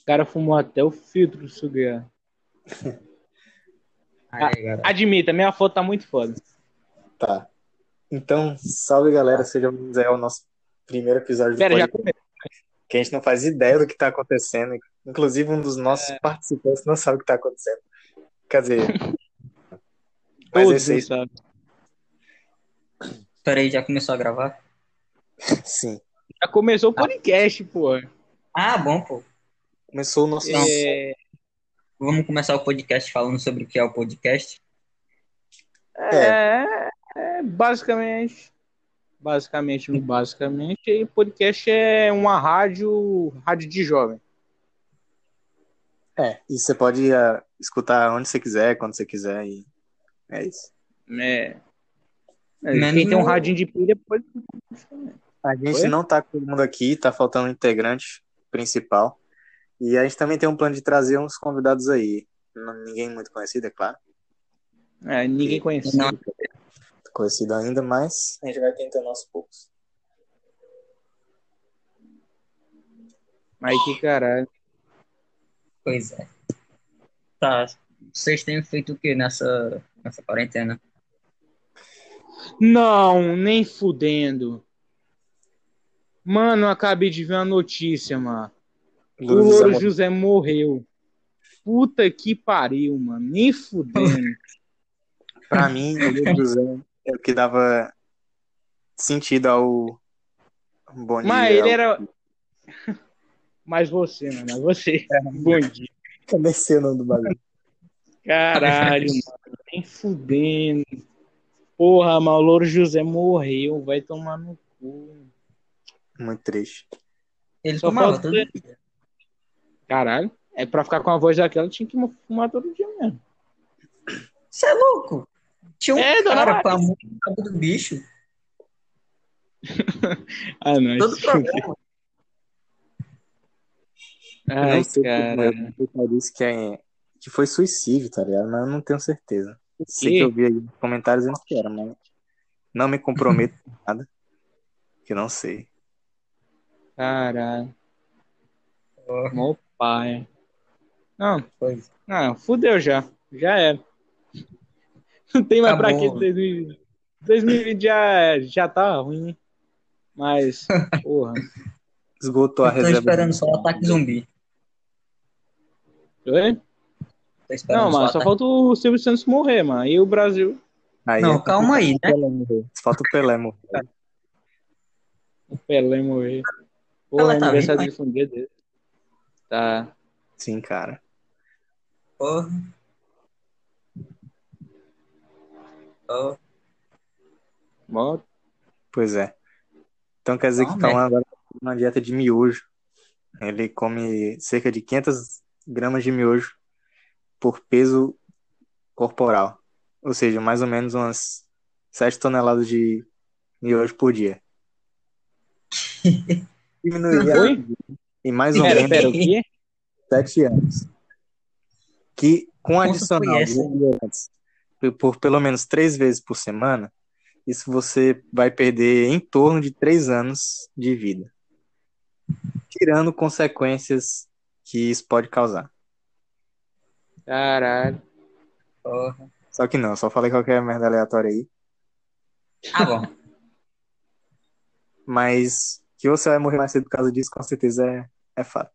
O cara fumou até o filtro do cigarro. Ah. Aí, galera. Admita, minha foto tá muito foda. Tá. Então, salve galera, sejam bem-vindos aí ao nosso primeiro episódio do Tá. Pera, já podcast, comecei. que a gente não faz ideia do que tá acontecendo. Inclusive, um dos nossos É. participantes não sabe o que tá acontecendo. Quer dizer. mas Todos, esse aí, sabe? Peraí, já começou a gravar? sim. Já começou o podcast, porra. Ah, bom, pô. Começou o nosso. É, Vamos começar o podcast falando sobre o que é o podcast. é, é, basicamente. Basicamente, no basicamente, e podcast é uma rádio, rádio de jovem. É, e você pode ah, escutar onde você quiser, quando você quiser, e é isso. É. É, Menos Quem tem um no- radinho de pilha pode. A gente Oi? não tá com todo mundo aqui, tá faltando um integrante principal. E a gente também tem um plano de trazer uns convidados aí. Não- Ninguém muito conhecido, é claro. É, ninguém conhece. Não. Conhecido ainda, mas a gente vai tentando aos poucos. Mas que caralho. Pois é. Tá. Vocês têm feito o que nessa, nessa quarentena? Não, nem fudendo. Mano, eu acabei de ver uma notícia, mano. O Lulu Louro Zamor- José morreu. Puta que pariu, mano. Nem fudendo. Pra mim, o Lulu José é o que dava sentido ao Bom Mas Dia. ele era. Mas você, mano. Mas você. Bom dia. Eu nem sei o nome do bagulho. Caralho, mano. Nem fudendo. Porra, mas o Louro José morreu. Vai tomar no cu. Muito triste. Ele Só fumava falta todo ter- dia. Caralho. É pra ficar com a voz daquela, tinha que fumar todo dia mesmo. Você é louco? Tinha um É, dona cara com a mão no cabo do bicho. Ah, não. Todo isso- programa. Eu Ai, não sei é, cara. o que eu disse que, é, que foi suicídio, tá ligado? Mas eu não tenho certeza. Sei quê? que eu vi aí nos comentários antes que era, mas não me comprometo com nada. Que eu não sei. é. Caralho. Porra. Mó pai. Não, Pois é. Ah, fudeu já. Já era. Não tem mais pra Acabou. que 2020. 2020 já, já tá ruim. né? Mas, porra. Esgotou a Eu Tô reserva. esperando só o ataque zumbi. Oi? Tô esperando Não, Tá só o mano, só ataque- falta o Silvio Santos morrer, mano. E o Brasil. Aí Não, é- calma aí, né? Pelé morrer. Falta o Pelé morrer. O Pelé morrer. Porra, Ela tá aniversário viva? de um dia dele. Tá. Sim, cara. Porra. Porra. Mó... Pois é. Então quer dizer Não, que Cauã agora tá numa dieta de miojo. Ele come cerca de 500 gramas de miojo por peso corporal. Ou seja, mais ou menos umas 7 toneladas de miojo por dia. Diminuiria Oi? em mais ou Pera, menos pera, o quê? 7 anos. Que com Quanto adicional foi de essa? antes, por pelo menos 3 vezes por semana, isso você vai perder em torno de 3 anos de vida. Tirando consequências que isso pode causar. Caralho. Porra. Só que não, só falei qualquer merda aleatória aí. Ah, bom. Mas que você vai morrer mais cedo por causa disso, com certeza é, é fato.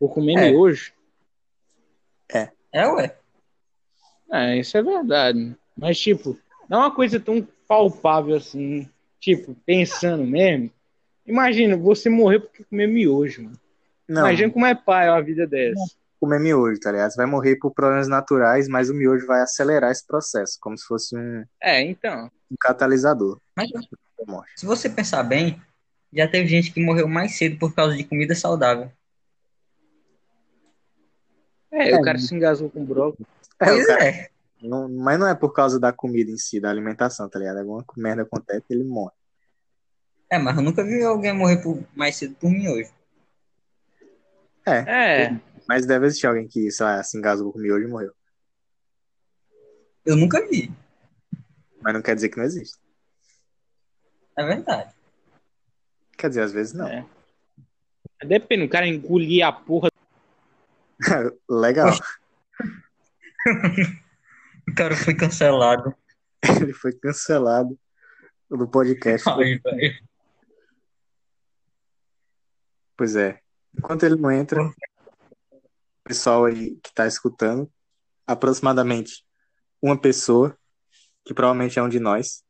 Vou comer É. miojo? É, ué. Ah, isso é verdade. Mas, tipo, não é uma coisa tão palpável assim. Tipo, pensando mesmo. Imagina, você morrer porque comer miojo, mano. Não, Imagina como é pai uma vida dessa. comer miojo, tá ligado? Você vai morrer por problemas naturais, mas o miojo vai acelerar esse processo, como se fosse um, É, então. um catalisador Mas da morte. Se você pensar bem, já teve gente que morreu mais cedo por causa de comida saudável. É, É. o cara se engasgou com brócolis. É, Pois o cara, é. não- mas não é por causa da comida em si, da alimentação, tá ligado? Alguma merda acontece, ele morre. É, mas eu nunca vi alguém morrer por- mais cedo por mim hoje. É, É, mas deve existir alguém que, sei lá, se engasgou com miojo e morreu. Eu nunca vi, Mas não quer dizer que não existe. é verdade. Quer dizer, às vezes não. É. depende. O cara engolir a porra Legal. O cara foi cancelado. Ele foi cancelado do podcast. Ai, velho. Pois é. Enquanto ele não entra, o pessoal aí que tá escutando, aproximadamente uma pessoa, que provavelmente é um de nós.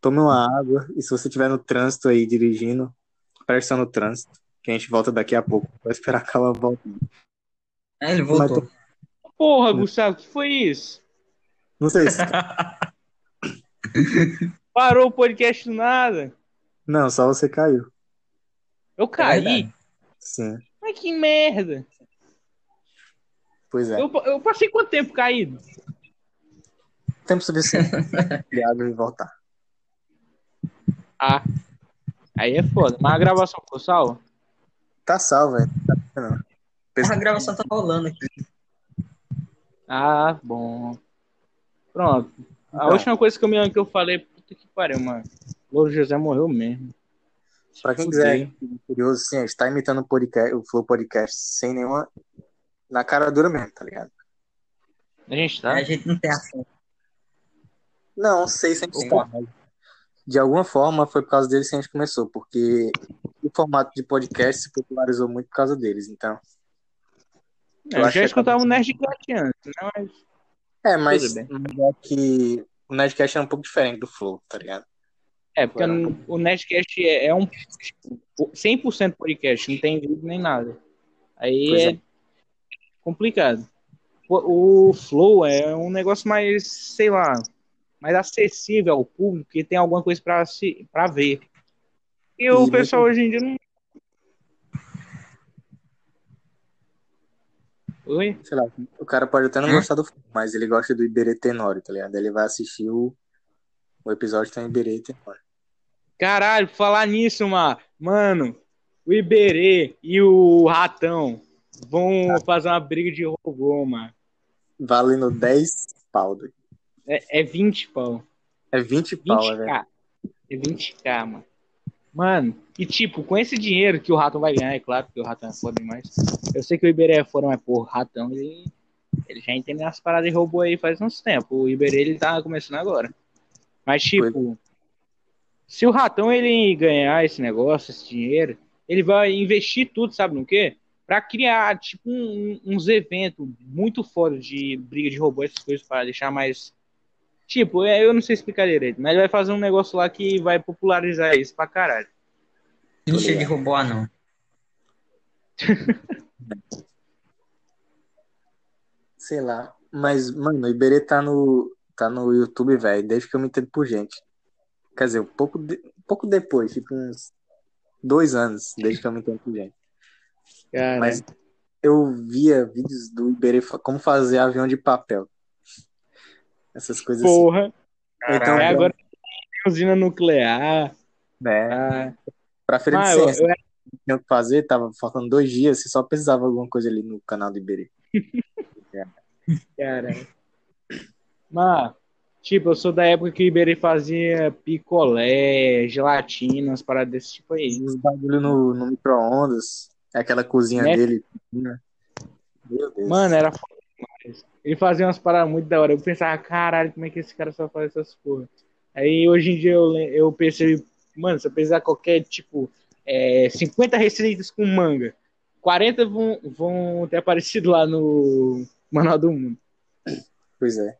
Tome uma água e se você estiver no trânsito aí dirigindo, presta no trânsito, que a gente volta daqui a pouco. Vai esperar que ela volte. Ah, Ele voltou. Porra, Gustavo, que foi isso? Não sei se. Parou o podcast do nada. Não, só você caiu. Eu caí. verdade. Sim. Mas que merda. Pois é. Eu, eu passei quanto tempo caído? Tempo suficiente. de água e voltar. Ah. Aí é foda. Mas a gravação ficou salva? Tá salvo, velho. A gravação tá rolando aqui. Ah, bom. Pronto. A Então. última coisa que eu me lembro que eu falei, puta que pariu, mano. Louro José morreu mesmo. Pra quem Fudeu. quiser, curioso, sim, a gente tá imitando o, podcast, o Flow Podcast sem nenhuma. Na cara dura mesmo, tá ligado? A gente tá. É, A gente não tem assunto. Não, sei 100%. De alguma forma, foi por causa deles que a gente começou, porque o formato de podcast se popularizou muito por causa deles, então. Eu, Eu acho já que escutava um o Nerdcast antes, né? Mas É, mas Tudo bem. mas é que o Nerdcast é um pouco diferente do Flow, tá ligado? É, porque Claro. no- o Nerdcast é, é um 100% podcast, não tem vídeo nem nada. Aí Pois é, é. complicado. O, o Flow é um negócio mais, sei lá, mais acessível ao público e tem alguma coisa pra, se, pra ver. E o E pessoal hoje em dia não. Oi? Sei lá, o cara pode até não Hum? gostar do Flow, mas ele gosta do Iberê Tenório, tá ligado? Ele vai assistir o, o episódio do Iberê Tenório. Caralho, falar nisso, mano. Mano, o Iberê e o Ratão vão fazer uma briga de robô, mano. Valendo 10 pau, doido. É, é 20 pau. É 20 pau, é, velho. 20k. É 20k, mano. Mano, e tipo, com esse dinheiro que o Ratão vai ganhar, é claro, porque o Ratão é foda demais. Eu sei que o Iberê é foda, mas porra, o Ratão, ele, ele já entendeu as paradas de robô aí faz uns tempos. O Iberê, ele tá começando agora. Mas tipo, se o Ratão, ele ganhar esse negócio, esse dinheiro, ele vai investir tudo, sabe no quê? Pra criar, tipo, um- uns eventos muito foda de briga de robô, essas coisas, pra deixar mais Tipo, é, eu não sei explicar direito, mas ele vai fazer um negócio lá que vai popularizar isso pra caralho. Não cheio de robô, ah, não. Sei lá. Mas, mano, o Iberê tá no, tá no YouTube, velho, desde que eu me entendo por gente. Quer dizer, um pouco, de- um pouco depois, tipo uns dois anos, desde que eu me entendo por gente. Caralho. Mas eu via vídeos do Iberê fa- como fazer avião de papel. Essas coisas assim. Porra, Ou então, é Caralho. agora tem usina nuclear. né, Ah, pra feira de ah, eu, ciência, eu era- tinha o que fazer, tava faltando dois dias, você só precisava de alguma coisa ali no canal do Iberê. caralho. Mas, tipo, eu sou da época que o Iberê fazia picolé, gelatinas, paradas desse tipo aí. Os bagulho no, no micro-ondas, aquela cozinha Né? dele. né? Meu Deus. Mano, era foda demais. Ele fazia umas paradas muito da hora. Eu pensava, caralho, como é que esse cara só faz essas porra? Aí hoje em dia eu, le- eu percebi, mano, se eu pesar qualquer, tipo, é, 50 receitas com manga, 40 vão, vão ter aparecido lá no Manual do Mundo. Pois é.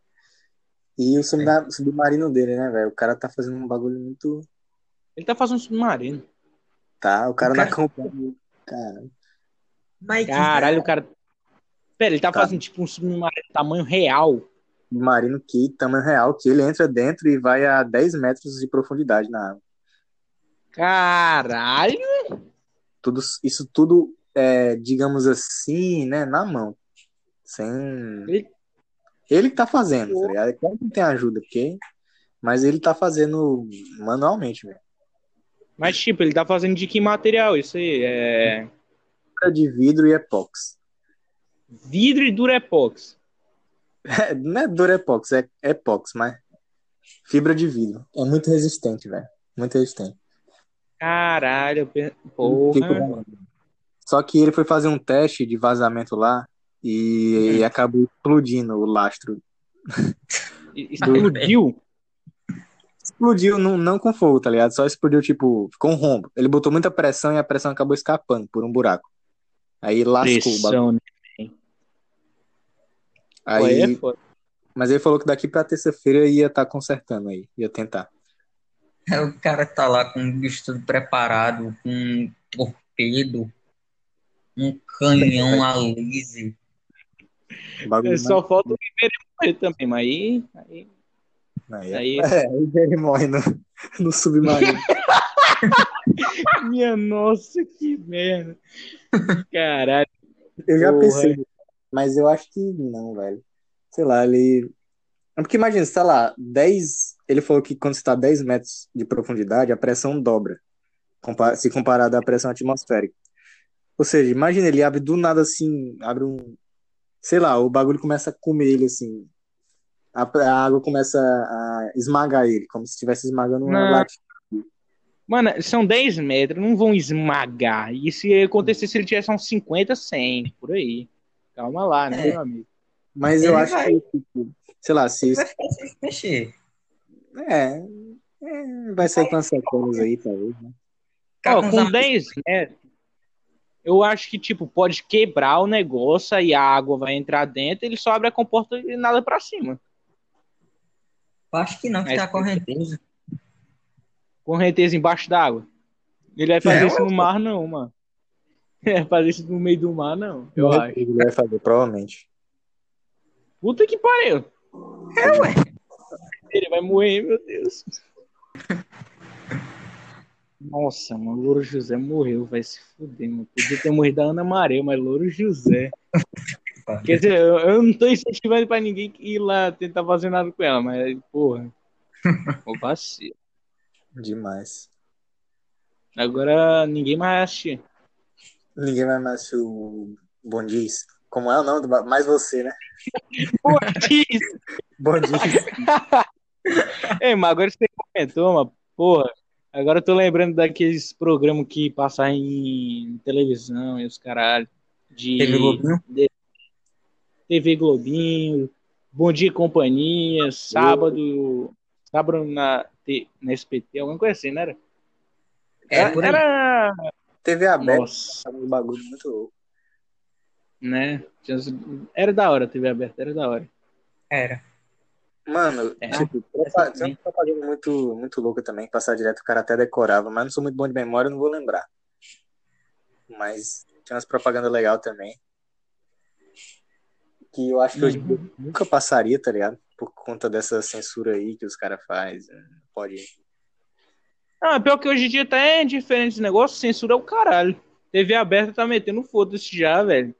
E o subma- submarino dele, né, velho? O cara tá fazendo um bagulho muito. Ele tá fazendo submarino. Tá, o cara O na cara- campanha. Cara, Mas que- Caralho, o cara. Pera, ele tá Tá. fazendo tipo um submarino tamanho real. submarino que tamanho real, que ele entra dentro e vai a 10 metros de profundidade na água. Caralho! Tudo, isso tudo, é, digamos assim, né, na mão. Sem. Ele- Ele que tá fazendo, tá ligado? É Claro que não tem ajuda, porque. Mas ele tá fazendo manualmente, velho. Mas, tipo, ele tá fazendo de que material? Isso aí é. É de vidro e epox. Vidro e durepox. É, não é durepox, é epox, mas. Fibra de vidro. É muito resistente, velho. Muito resistente. Caralho, eu pe- Fica porra. rolando. Só que ele foi fazer um teste de vazamento lá e, e acabou explodindo o lastro. E- Explodiu? Explodiu, não, não com fogo, tá ligado? Só explodiu, tipo, ficou um rombo. Ele botou muita pressão e a pressão acabou escapando por um buraco. Aí lascou o bagulho. Pressão, né? Aí é Aí, foda. mas ele falou que daqui pra terça-feira ia estar consertando aí, ia tentar. Aí o cara tá lá com o bicho tudo preparado, com um torpedo, um canhão a laser. O bagulho É, Só falta o Ribeiro morrer também, mas aí. aí- Aí, aí- É, aí ele morre no, no submarino. Minha nossa, que merda. Caralho. Eu já Porra. pensei, mas eu acho que não, velho. Sei lá, ele. É Porque imagina, você tá lá, 10. Ele falou que quando você tá a 10 metros de profundidade, a pressão dobra, compa- se comparada à pressão atmosférica. Ou seja, imagina, ele abre do nada assim, abre um. Sei lá, o bagulho começa a comer ele assim. A, a água começa a esmagar ele, como se estivesse esmagando uma Não. latinha. Mano, são 10 metros, não vão esmagar. E se acontecer, se ele tivesse uns 50, 100, por aí. Calma lá, né, É. meu amigo? Mas eu Ele acho vai. que, tipo, sei lá, se. Vai ficar sem se mexer. É. é, vai sair com as sacolas aí, talvez. Cara, Ó, Tá com com os 10 metros, eu acho que, tipo, pode quebrar o negócio, aí a água vai entrar dentro, ele só abre a comporta e nada pra cima. Eu Acho que não, que Mas- tá correnteza. Correnteza embaixo d'água. Ele vai fazer É, isso no mar, não, mano. Ele vai fazer isso no meio do mar, não. Eu Não, acho. Ele vai fazer, provavelmente. Puta que pariu. É, ué. Ele vai morrer, meu Deus. Nossa, mano, Louro José morreu, vai se fuder, mano. Podia ter morrido a Ana Maria, mas Louro José. Quer dizer, eu, eu não tô incentivando pra ninguém ir lá tentar fazer nada com ela, mas, porra. Ô, vacilo. Demais. Agora ninguém mais assiste. Ninguém vai mais assistir o Bom Dias. Como é o nome do ba- Mais você, né? Bom Dias. Ei, mas agora que você comentou, mas, porra, agora eu tô lembrando daqueles programas que passam em televisão e os caralho. De Teve Globinho? TV Globinho, Bom Dia e Companhia, sábado, sábado na, T- na SPT, alguma coisa assim, não era? É, por aí. Tá Era, TV aberta. nossa, é Um bagulho muito louco. né? Tinha uns- Era da hora a TV aberta, era da hora. Era. Mano, É. tipo, Essa propa- tinha uma propaganda muito, muito louca também, que passava direto, o cara até decorava, mas não sou muito bom de memória, não vou lembrar. Mas tinha umas propagandas legais também. Que eu acho que hoje em Uhum. dia nunca passaria, tá ligado? Por conta dessa censura aí que os caras fazem. Não Pode. Ah, pior que hoje em dia tá é diferente esse negócio, censura é o caralho. TV aberta tá metendo foda-se já, velho.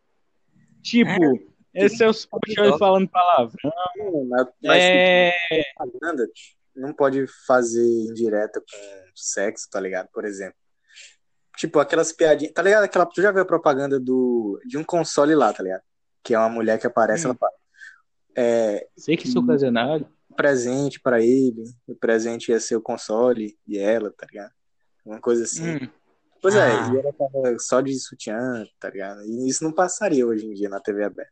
Tipo, esses é os puxões falando palavrão. Não, mas- mas É, propaganda não pode fazer indireta com sexo, tá ligado? Por exemplo. Tipo, aquelas piadinhas. Tá ligado? Aquela, tu já viu a propaganda do, de um console lá, tá ligado? Que é uma mulher que aparece, Hum. ela fala. É, sei que sou ocasionado. presente pra ele, o presente ia ser o console e ela, tá ligado? Uma coisa assim. Hum. Pois é, Ah. e ela tava só de sutiã, tá ligado? E isso não passaria hoje em dia na TV aberta.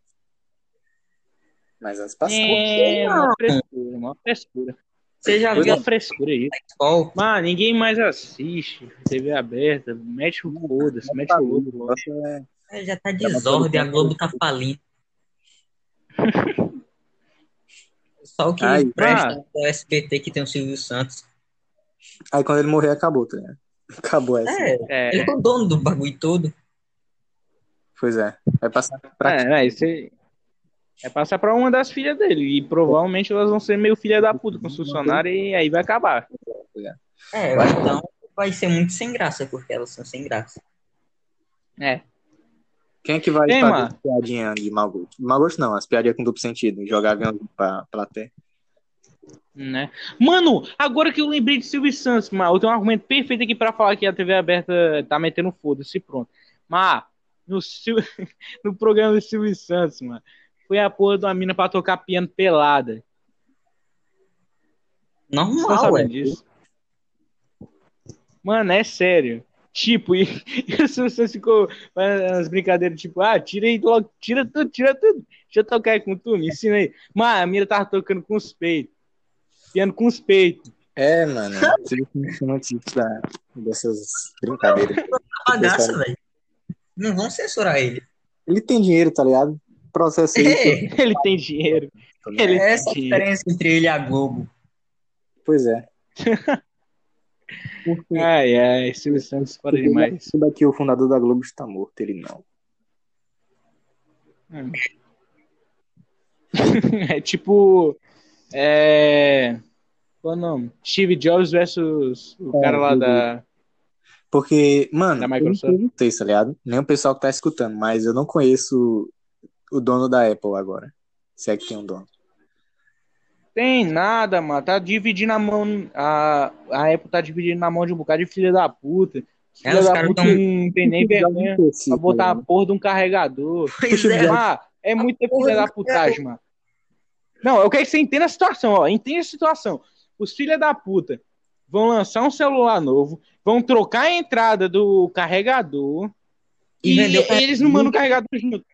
Mas antes passava. É, uma frescura, uma frescura. Você já viu Uma a frescura aí. Sol? Mano, ninguém mais assiste. TV aberta, mete o foda-se, mete o louco. logo. Nossa, é- É, Já tá desordem, a Globo tá falindo. Só o que Ai, presta ah. é o SBT que tem o Silvio Santos. Aí quando ele morrer, acabou, tá ligado? Acabou essa. É, É, ele é o dono do bagulho todo. Pois é. Vai passar pra é, é, esse- é passar pra uma das filhas dele. E provavelmente elas vão ser meio filha da puta com os funcionários e aí vai acabar. É, eu acho que então vai ser muito sem graça, porque elas são sem graça. É. quem é que vai Ei, fazer mano. as piadinhas de mau gosto? Mau gosto não, as piadinhas com duplo sentido, jogar avião pra plateia. Né? Mano, agora que eu lembrei de Silvio Santos, mano, eu tenho um argumento perfeito aqui pra falar que a TV aberta tá metendo foda-se, pronto. Mas, no, Sil- no programa do Silvio Santos, mano, foi a porra de uma mina pra tocar piano pelada. Vocês não Normal, sabem é. disso? Mano, é sério. Tipo, e, e as pessoas ficam fazendo umas brincadeiras, tipo, ah, tira aí logo, tira tudo, tira tudo. Deixa eu tocar aí com tu, me ensina aí. Mas a mina tava tocando com os peitos. Piano com os peitos. É, mano. Você que me chama disso, da- dessas brincadeiras. Bagaça, velho. Não vão censurar ele. Ele tem dinheiro, tá ligado? Processo aí. É, Ele tem dinheiro. pô. Ele essa é tem a dinheiro. diferença entre ele e a Globo. Pois é. Ai, ai, É, Silvio Santos fora demais. Isso daqui, o fundador da Globo está morto, ele não. É tipo. É. Qual é o nome? Steve Jobs versus o É, cara lá da. Porque, mano, Da eu Microsoft. não perguntei, tá ligado? Nem o pessoal que tá escutando, mas eu não conheço o dono da Apple agora. Se é que tem um dono. Tem nada, mano. Tá dividindo a mão. A, a Apple tá dividindo na mão de um bocado de filha da puta. Filha É, os da caras puta tão- não tem nem vergonha pra botar a um Tá porra de um carregador. Pois é, Ah, é muita filha da putagem, mano. Não, eu quero que você entenda a situação, ó. Entenda a situação. Os filha da puta vão lançar um celular novo, vão trocar a entrada do carregador. E, E vendeu pra- eles não mandam o carregador junto.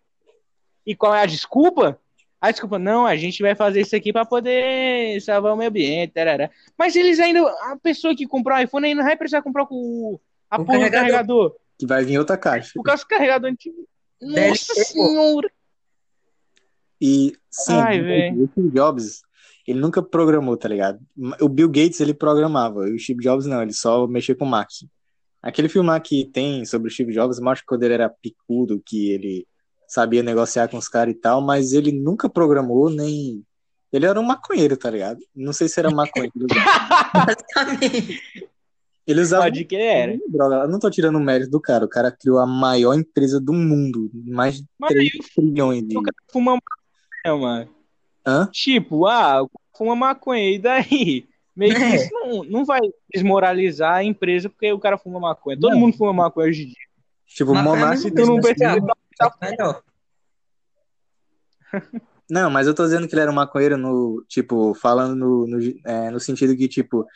E qual é a desculpa? A desculpa, não, a gente vai fazer isso aqui para poder salvar o meio ambiente, tarará. Mas eles ainda, a pessoa que comprou o iPhone ainda vai precisar comprar com a porra O do carregador. carregador. que vai vir outra caixa. Por causa do carregador antigo. Deve Nossa ser, pô. senhora! E sim, Ai, o Steve Jobs, ele nunca programou, tá ligado? O Bill Gates ele programava, e o Steve Jobs não, ele só mexia com máquina. Aquele filme que tem sobre o Steve Jobs mostra quando ele era picudo, que ele sabia negociar com os caras e tal, mas ele nunca programou nem. Ele era um maconheiro, tá ligado? Não sei se era maconheiro. basicamente. Ele usava Pode que era. droga. Eu não tô tirando o mérito do cara. O cara criou a maior empresa do mundo. Mais de Mas aí 3 trilhões de. o cara fuma maconha, mano. Hã? Tipo, ah, o cara fuma maconha, e daí? Meio que É. isso não, não vai desmoralizar a empresa porque o cara fuma maconha. Todo Não. mundo fuma maconha hoje em dia. Tipo, Mas pra mim Monark. Eu não Mas, percebi. cara, é Melhor. Não, mas eu tô dizendo que ele era um maconheiro no, tipo, falando no, no, é, no sentido que, tipo,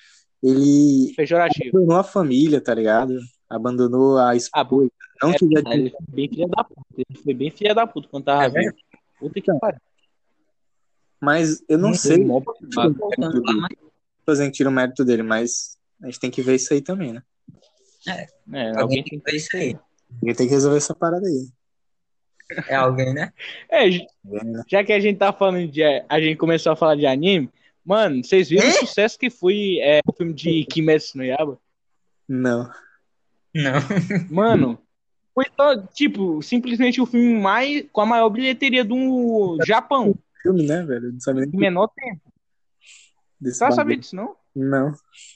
ele Pejorativo. abandonou a família, tá ligado? Abandonou a Ah, pô, esposa. Não quiser ele foi bem filha da puta. Ele foi bem filha da puta quando tava É vivo. Puta que pariu. Mas eu não sei. Mó Tipo, babado. não Voltando lá, mas tô dizendo que tira o mérito dele, mas a gente tem que ver isso aí também, né? É, alguém alguém... tem que ver isso aí. A gente tem que resolver essa parada aí. É alguém, né? É, j- É, né? já que a gente tá falando de. A gente começou a falar de anime, mano, vocês viram É? o sucesso que foi é, o filme de Kimetsu no Yaba? Não. Não. Hum. Mano, foi só, tipo, simplesmente o filme mais, com a maior bilheteria do Japão. Filme, né, velho? Eu Não sabia Em nem menor tempo. Você desse sabia bagulho. disso, não? Não.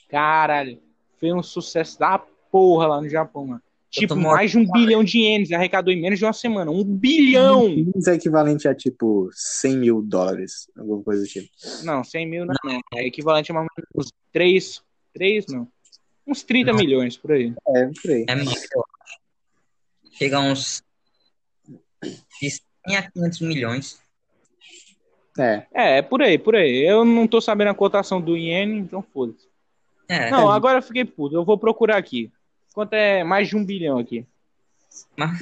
Caralho, foi um sucesso da porra lá no Japão, mano. Tipo, tô morto. mais de um bilhão de ienes arrecadou em menos de uma semana. Um bilhão! Isso é equivalente a, tipo, 100 mil dólares, alguma coisa do tipo. Não, 100 mil não, não. É equivalente a mais ou menos uns 3, 3 não. Uns 30 Não. milhões por aí. É, por aí. É mais. eu acho. Chega a uns. De 100 a 500 milhões. É. É, é por aí, por aí. Eu não tô sabendo a cotação do iene, então foda-se. É, Não, agora eu fiquei puto. Eu vou procurar aqui. Quanto é mais de um bilhão aqui?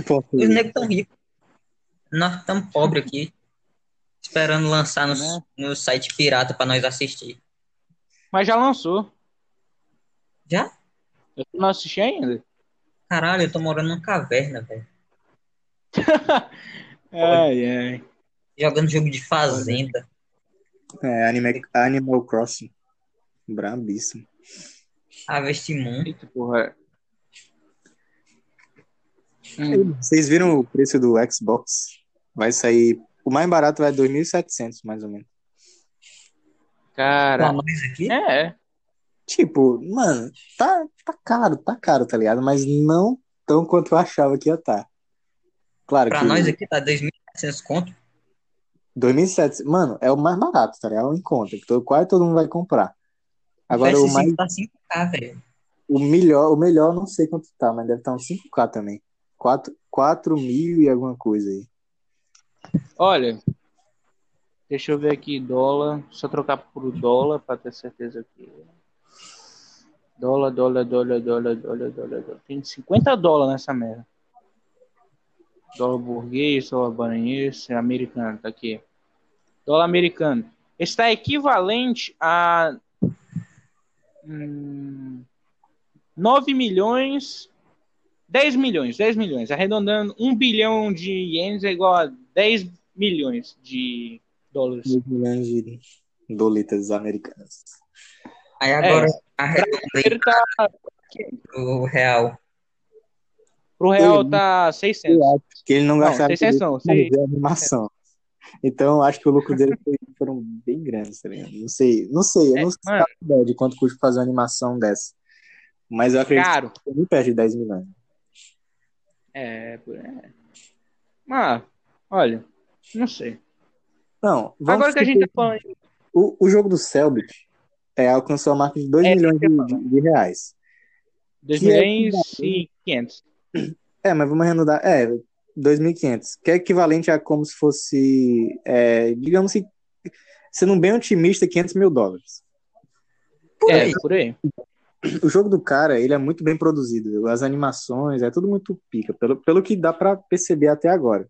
Ponto. os negros tão ricos. Nós estamos pobres aqui. Esperando lançar no, Né? no site pirata pra nós assistir. Mas já lançou. Já? Eu não assisti ainda. Caralho, eu tô morando numa caverna, velho. Ai, ai. Jogando jogo de fazenda. É, anime, Animal Crossing. Brabíssimo. Harvest Moon. Eita porra. Hum. Vocês viram o preço do Xbox? Vai sair. O mais barato vai 2.700, mais ou menos. Cara, Pra nós Tá aqui. é. é. Tipo, mano, tá, tá caro, tá caro, tá ligado? Mas não tão quanto eu achava que ia estar. Claro Pra que nós aqui tá 2.700 conto. 2.700, mano, é o mais barato, tá ligado? É o encontro, que todo- quase todo mundo vai comprar. Agora, o, mais, PS5 tá 5K, velho. o melhor, o melhor, eu não sei quanto tá, mas deve estar uns 5K também. 4, 4 mil e alguma coisa aí. Olha, deixa é. eu ver aqui dólar. Só trocar por dólar pra ter certeza que. Dólar, dólar, dólar, dólar, dólar, dólar, dólar. Tem 50 dólares nessa merda. Dólar burguês, dólar baranhês, americano, tá aqui. Dólar americano. Está equivalente a hum, 9 milhões, 10 milhões, 10 milhões. Arredondando 1 bilhão de ienes é igual a 10 milhões de dólares. 2 milhões de doletas americanas. Aí agora É. arredondei Ele tá, pro real. pro real tá 600. Eu acho que ele não Não, é gastava vocês direito são, pra vocês- fazer animação. Então, eu acho que o lucro dele foi- foram bem grandes, tá ligado? Não sei, não sei, eu É, não sei mano. faço ideia de quanto custa fazer uma animação dessa. Mas eu acredito Caro. que ele perde 10 milhões. É, por- é. Mas, olha, não sei. Não, vamos Agora que a gente tá falando o, o jogo do Selbit é, alcançou a marca de 2 É, milhões eu ia de, de reais. Dois Que é milhões e 500. É, mas vamos arredondar. É, 2.500, que é equivalente a como se fosse, é, digamos que, sendo bem otimista, 500 mil dólares. é, por aí. o jogo do cara, ele é muito bem produzido. As animações, é tudo muito pica, pelo, pelo que dá pra perceber até agora.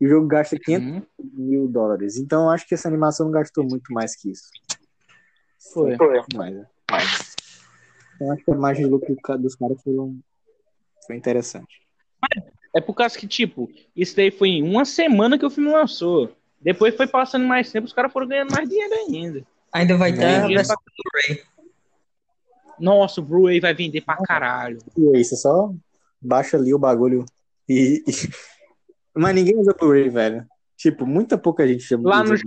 E o jogo gasta 500 Uhum, mil dólares. Então eu acho que essa animação não gastou muito mais que isso. foi. Muito Mais, né? Mais. Então acho que a margem de lucro do ca- dos caras foi, um- foi interessante. É por causa que, tipo, isso daí foi em uma semana que o filme lançou. Depois foi passando mais tempo, os caras foram ganhando mais dinheiro ainda. Então, Ainda vai ter É, a Dinheiro versão pra- Nossa, o Blu-ray vai vender pra caralho. E é isso, é só baixa ali o bagulho e... e- Mas ninguém usa Blu-ray, velho. Tipo, muita pouca gente chama Lá no usa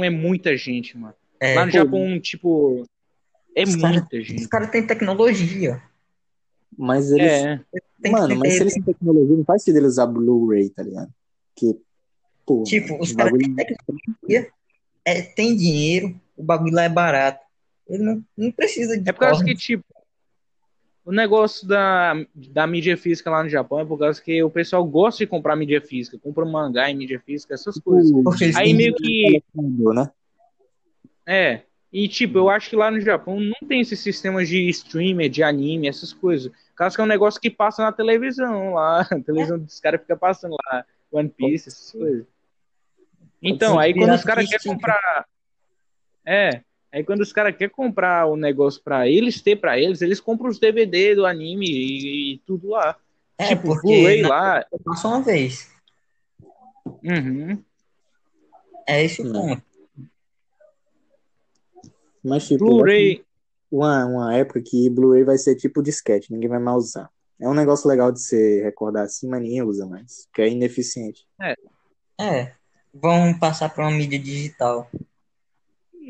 É muita gente, mano. É, Lá no pô. Japão, tipo, é Os caras- muita os gente. caras têm tecnologia. Mas eles É, Tem que Mano, ter- mas se eles têm tecnologia, não faz sentido eles usar Blu-ray, tá ligado? Que, pô, Tipo, mano, os o caras bagulho- têm tecnologia, é, tem dinheiro, o bagulho lá é barato. Ele não, não precisa de É por causa torre. que, tipo, o negócio da, da mídia física lá no Japão é por causa que o pessoal gosta de comprar mídia física, compra mangá em mídia física, essas Tipo, coisas. Porque eles Aí têm meio que. né? É. E, tipo, eu acho que lá no Japão não tem esses sistemas de streamer, de anime, essas coisas. Por causa que é um negócio que passa na televisão lá. A televisão dos caras fica passando lá. One Piece, essas coisas. Então, aí quando os caras querem comprar. É. Aí quando os caras querem comprar o negócio pra eles ter pra eles, eles compram os DVD do anime e, e tudo lá. É, tipo, porque Blu-ray não- lá. Só uma vez. Uhum. Tipo, É esse o Não. ponto. Mas, tipo, Blu-ray. assim, uma, uma época que Blu-ray vai ser tipo disquete, ninguém vai mais usar. É um negócio legal de se recordar assim, mas ninguém usa mais, que é ineficiente. É. Vão passar pra uma mídia digital.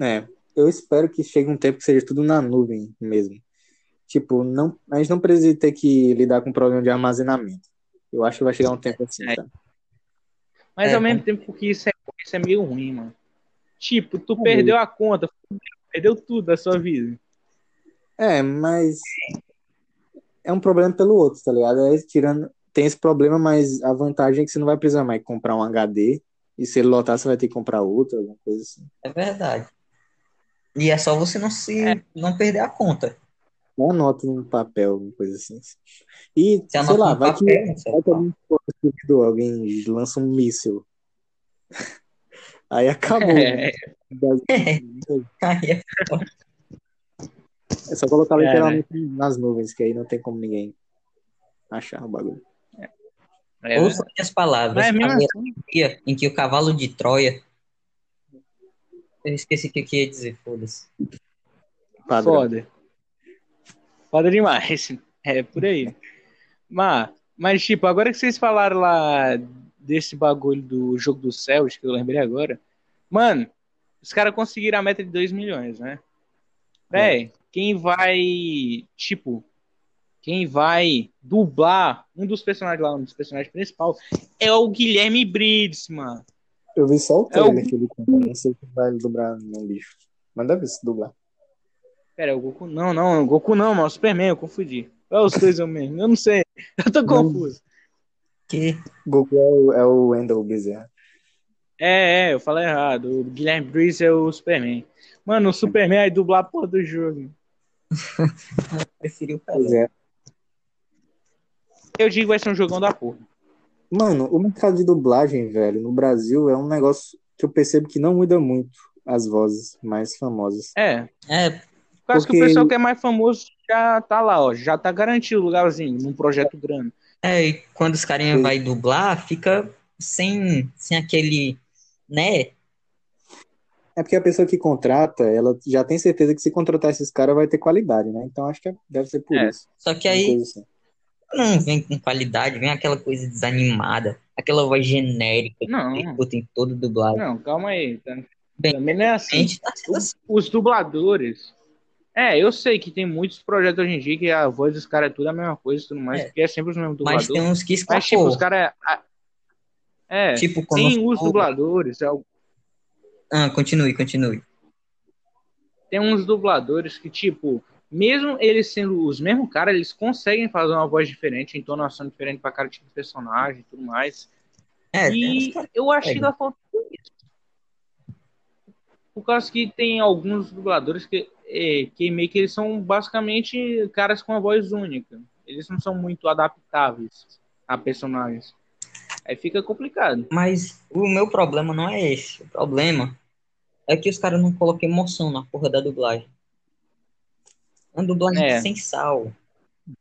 É, eu espero que chegue um tempo que seja tudo na nuvem mesmo. Tipo, não, a gente não precisa ter que lidar com problema de armazenamento. Eu acho que vai chegar um tempo assim, É. tá? Mas É, ao mesmo tempo que isso é, isso é meio ruim, mano. Tipo, tu Uhum. perdeu a conta, perdeu tudo da sua vida. É, mas é um problema pelo outro, tá ligado? Aí, tirando, tem esse problema, mas a vantagem é que você não vai precisar mais comprar um HD e se ele lotar, você vai ter que comprar outro, alguma coisa assim. É verdade. E é só você não se É. não perder a conta. Ou anota num papel, alguma coisa assim. E, Se sei lá, vai que, papel, sei vai que lá. alguém, explode o servidor, alguém lança um míssil. Aí acabou. Uhum. né? É, Aí é É só colocar É, né? literalmente nas nuvens, que aí não tem como ninguém achar o bagulho. é, Ouçam minhas palavras. Mas mesmo Havia assim, um dia em que o cavalo de Troia. Eu esqueci o que eu ia dizer, foda-se. Padrão. foda. Foda demais. É por aí. Mas, mas, tipo, agora que vocês falaram lá desse bagulho do jogo do Celtic, que eu lembrei agora, mano, os caras conseguiram a meta de 2 milhões, né? Véi, quem vai, tipo, quem vai dublar um dos personagens lá, um dos personagens principais, é o Guilherme Briggs, mano. Eu vi só o É o- trailer que ele conta, não sei se vai dublar no bicho. Mas deve se dublar. Pera, é o Goku não, não, é o Goku não, mano, o Superman, eu confundi. É os dois eu mesmo, eu não sei, eu tô confuso. Que Goku é o, é o Wendell Bezerra. É, é, eu falei errado, o Guilherme Briggs é o Superman. Mano, o Superman vai dublar a porra do jogo. Preferiu o Pois Pelé. é. Eu digo que vai ser um jogão da porra. Mano, o mercado de dublagem, velho, no Brasil é um negócio que eu percebo que não muda muito as vozes mais famosas. É, É, quase que Porque- o pessoal que é mais famoso já tá lá, ó. Já tá garantido o lugarzinho num projeto grande. é, e quando os carinha Sim. vai dublar, fica sem, sem aquele, né? É porque a pessoa que contrata, ela já tem certeza que se contratar esses caras vai ter qualidade, né? Então acho que é- deve ser por É. isso. Só que Uma aí coisa assim. não vem com qualidade, vem aquela coisa desanimada, aquela voz genérica que Não. você escuta em todo dublado. Não, calma aí. tá? Bem, Também não é A assim. gente tá sendo assim. Os dubladores. É, eu sei que tem muitos projetos hoje em dia que a voz dos caras é tudo a mesma coisa e tudo mais, É. porque é sempre os mesmos Mas dubladores. tem uns que Mas, tipo, os escapou. caras. É, Tipo, quando tem os for- dubladores. é, Ah, continue, continue. Tem uns dubladores que, tipo, mesmo eles sendo os mesmos caras, eles conseguem fazer uma voz diferente, um entonação diferente pra cada tipo de personagem e tudo mais. É, tem E uns caras eu acho que conseguem. tá faltando isso. Por causa que tem alguns dubladores que, é, que meio que eles são basicamente caras com a voz única. Eles não são muito adaptáveis a personagens. Aí fica complicado. Mas o meu problema não é esse. O problema é que os caras não colocam emoção na porra da dublagem. Uma dublagem É. sem sal.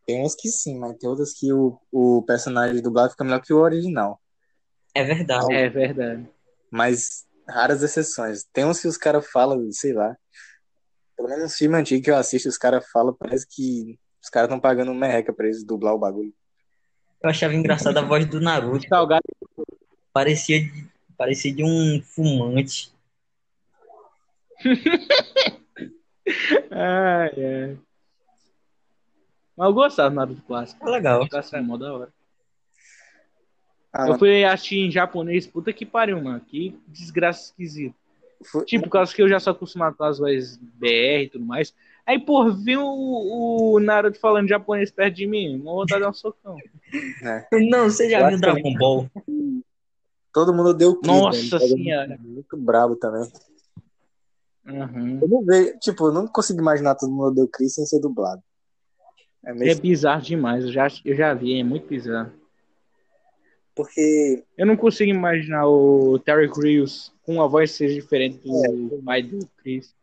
Tem umas que sim, mas tem outras que o, o personagem dublado fica melhor que o original. É verdade. É verdade. Mas raras exceções. Tem uns que os caras falam, sei lá. Pelo menos nos filmes antigos que eu assisto, os caras falam, parece que os caras estão pagando merreca pra eles dublar o bagulho. Eu achava engraçada a voz do Naruto. Salgado Parecia de, parecia de um fumante. é Ai, ai. Mas eu gostava do Naruto Clássico. É legal. O Clássico é mó da hora. Ah, eu mano, fui assistir em japonês, puta que pariu, mano. Que desgraça esquisita. foi- Tipo, por causa que eu já sou acostumado com as vozes BR e tudo mais. Aí, pô, vi o, o Naruto falando japonês perto de mim, uma vontade de dar um socão. Não, você já Eu viu acho Dragon Ball? todo mundo deu clipe. Nossa né? senhora. Muito brabo também. Uhum. Eu não vejo, tipo, eu não consigo imaginar todo mundo deu Chris sem ser dublado. É É mesmo bizarro demais, eu já, eu já vi, é muito bizarro. porque Eu não consigo imaginar o Terry Crews com uma voz que seja diferente do pai do Chris.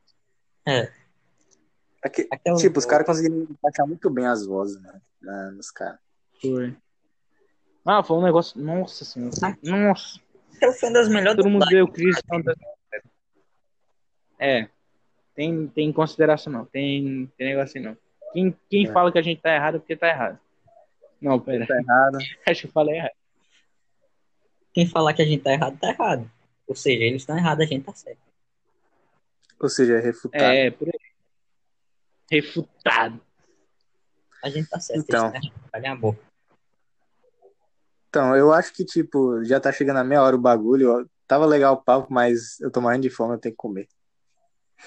aque- Aquela tipo, os caras conseguiram encaixar muito bem as vozes, né? na- Nos caras. Foi. Ah, foi um negócio. Nossa senhora. Nossa. Aquela foi uma das melhores Todo mundo dublagens. deu Chris. É. Tem, tem consideração, não. Tem, tem negócio assim, não. Quem, quem É. fala que a gente tá errado é porque tá errado. Não, pera. Tá errado. Acho que eu falei errado. Quem falar que a gente tá errado, tá errado. Ou seja, eles estão errados, a gente tá certo. Ou seja, é refutado. É, é, por aí. Refutado. A gente tá certo. Então. Eles estão errados. Calha a boca. Então, eu acho que, tipo, já tá chegando a meia hora o bagulho. ó. Tava legal o papo, mas eu tô morrendo de fome, eu tenho que comer.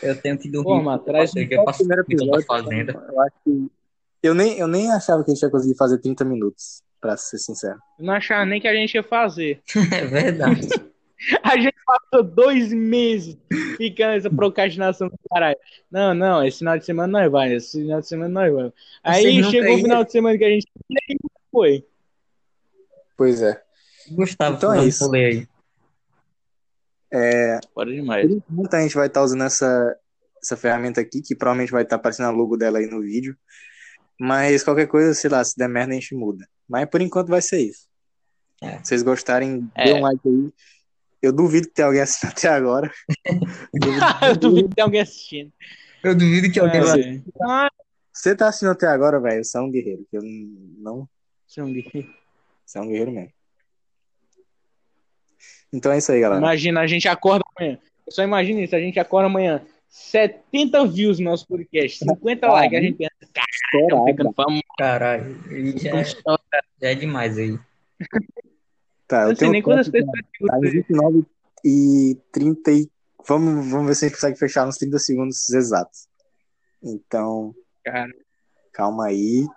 Eu tenho que dormir. Pô, mano, atrás Eu já passei Primeiro então da episódio, fazenda. eu acho que. Eu nem, eu nem achava que a gente ia conseguir fazer 30 minutos, pra ser sincero. Eu um- não achava nem que a gente ia fazer. É verdade. A gente passou dois meses ficando essa procrastinação do caralho. Não, não, esse final de semana nós vai, esse final de semana nós vamos. Vocês Aí nunca chegou o iam. final de semana que a gente nem foi. Pois é. Gustavo, Então é dá um isso. rolê aí. Fora demais. Por enquanto a gente vai estar usando essa, essa ferramenta aqui, que provavelmente vai estar aparecendo a logo dela aí no vídeo. Mas qualquer coisa, sei lá, se der merda a gente muda. Mas por enquanto vai ser isso. É. Se vocês gostarem, É. dê um like aí. Eu duvido que tenha alguém assistindo até agora. eu duvido que tem alguém assistindo. Eu duvido que alguém vai. É. Ah, Você tá assistindo até agora, velho, você é um guerreiro. Eu não... sangue. Você é um guerreiro mesmo. Então é isso aí, galera. Imagina, a gente acorda amanhã. Só imagina isso, a gente acorda amanhã. 70 views no nosso podcast, 50 likes. A gente pensa, estamos Estourada. ficando famoso. Caralho, ele já, Não é- já é demais aí. Tá, eu sei tenho nem um quantas ponto, pessoas Tá em escutam. 29 e 30 e... Vamos, vamos ver se a gente consegue fechar nos 30 segundos exatos. Então, Cara. calma aí.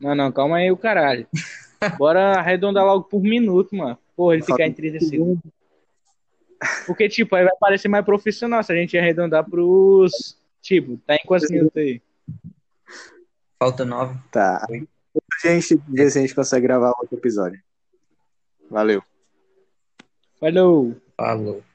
Não, não, calma aí, o caralho. Bora arredondar logo por minuto, mano. Porra, ele ficar em 30 segundos. Porque, tipo, aí vai parecer mais profissional se a gente arredondar pros. Tipo, tá em quantos minutos aí? Falta nove. Tá. Foi. A gente vê se a gente consegue gravar outro episódio. Valeu. Falou! Falou.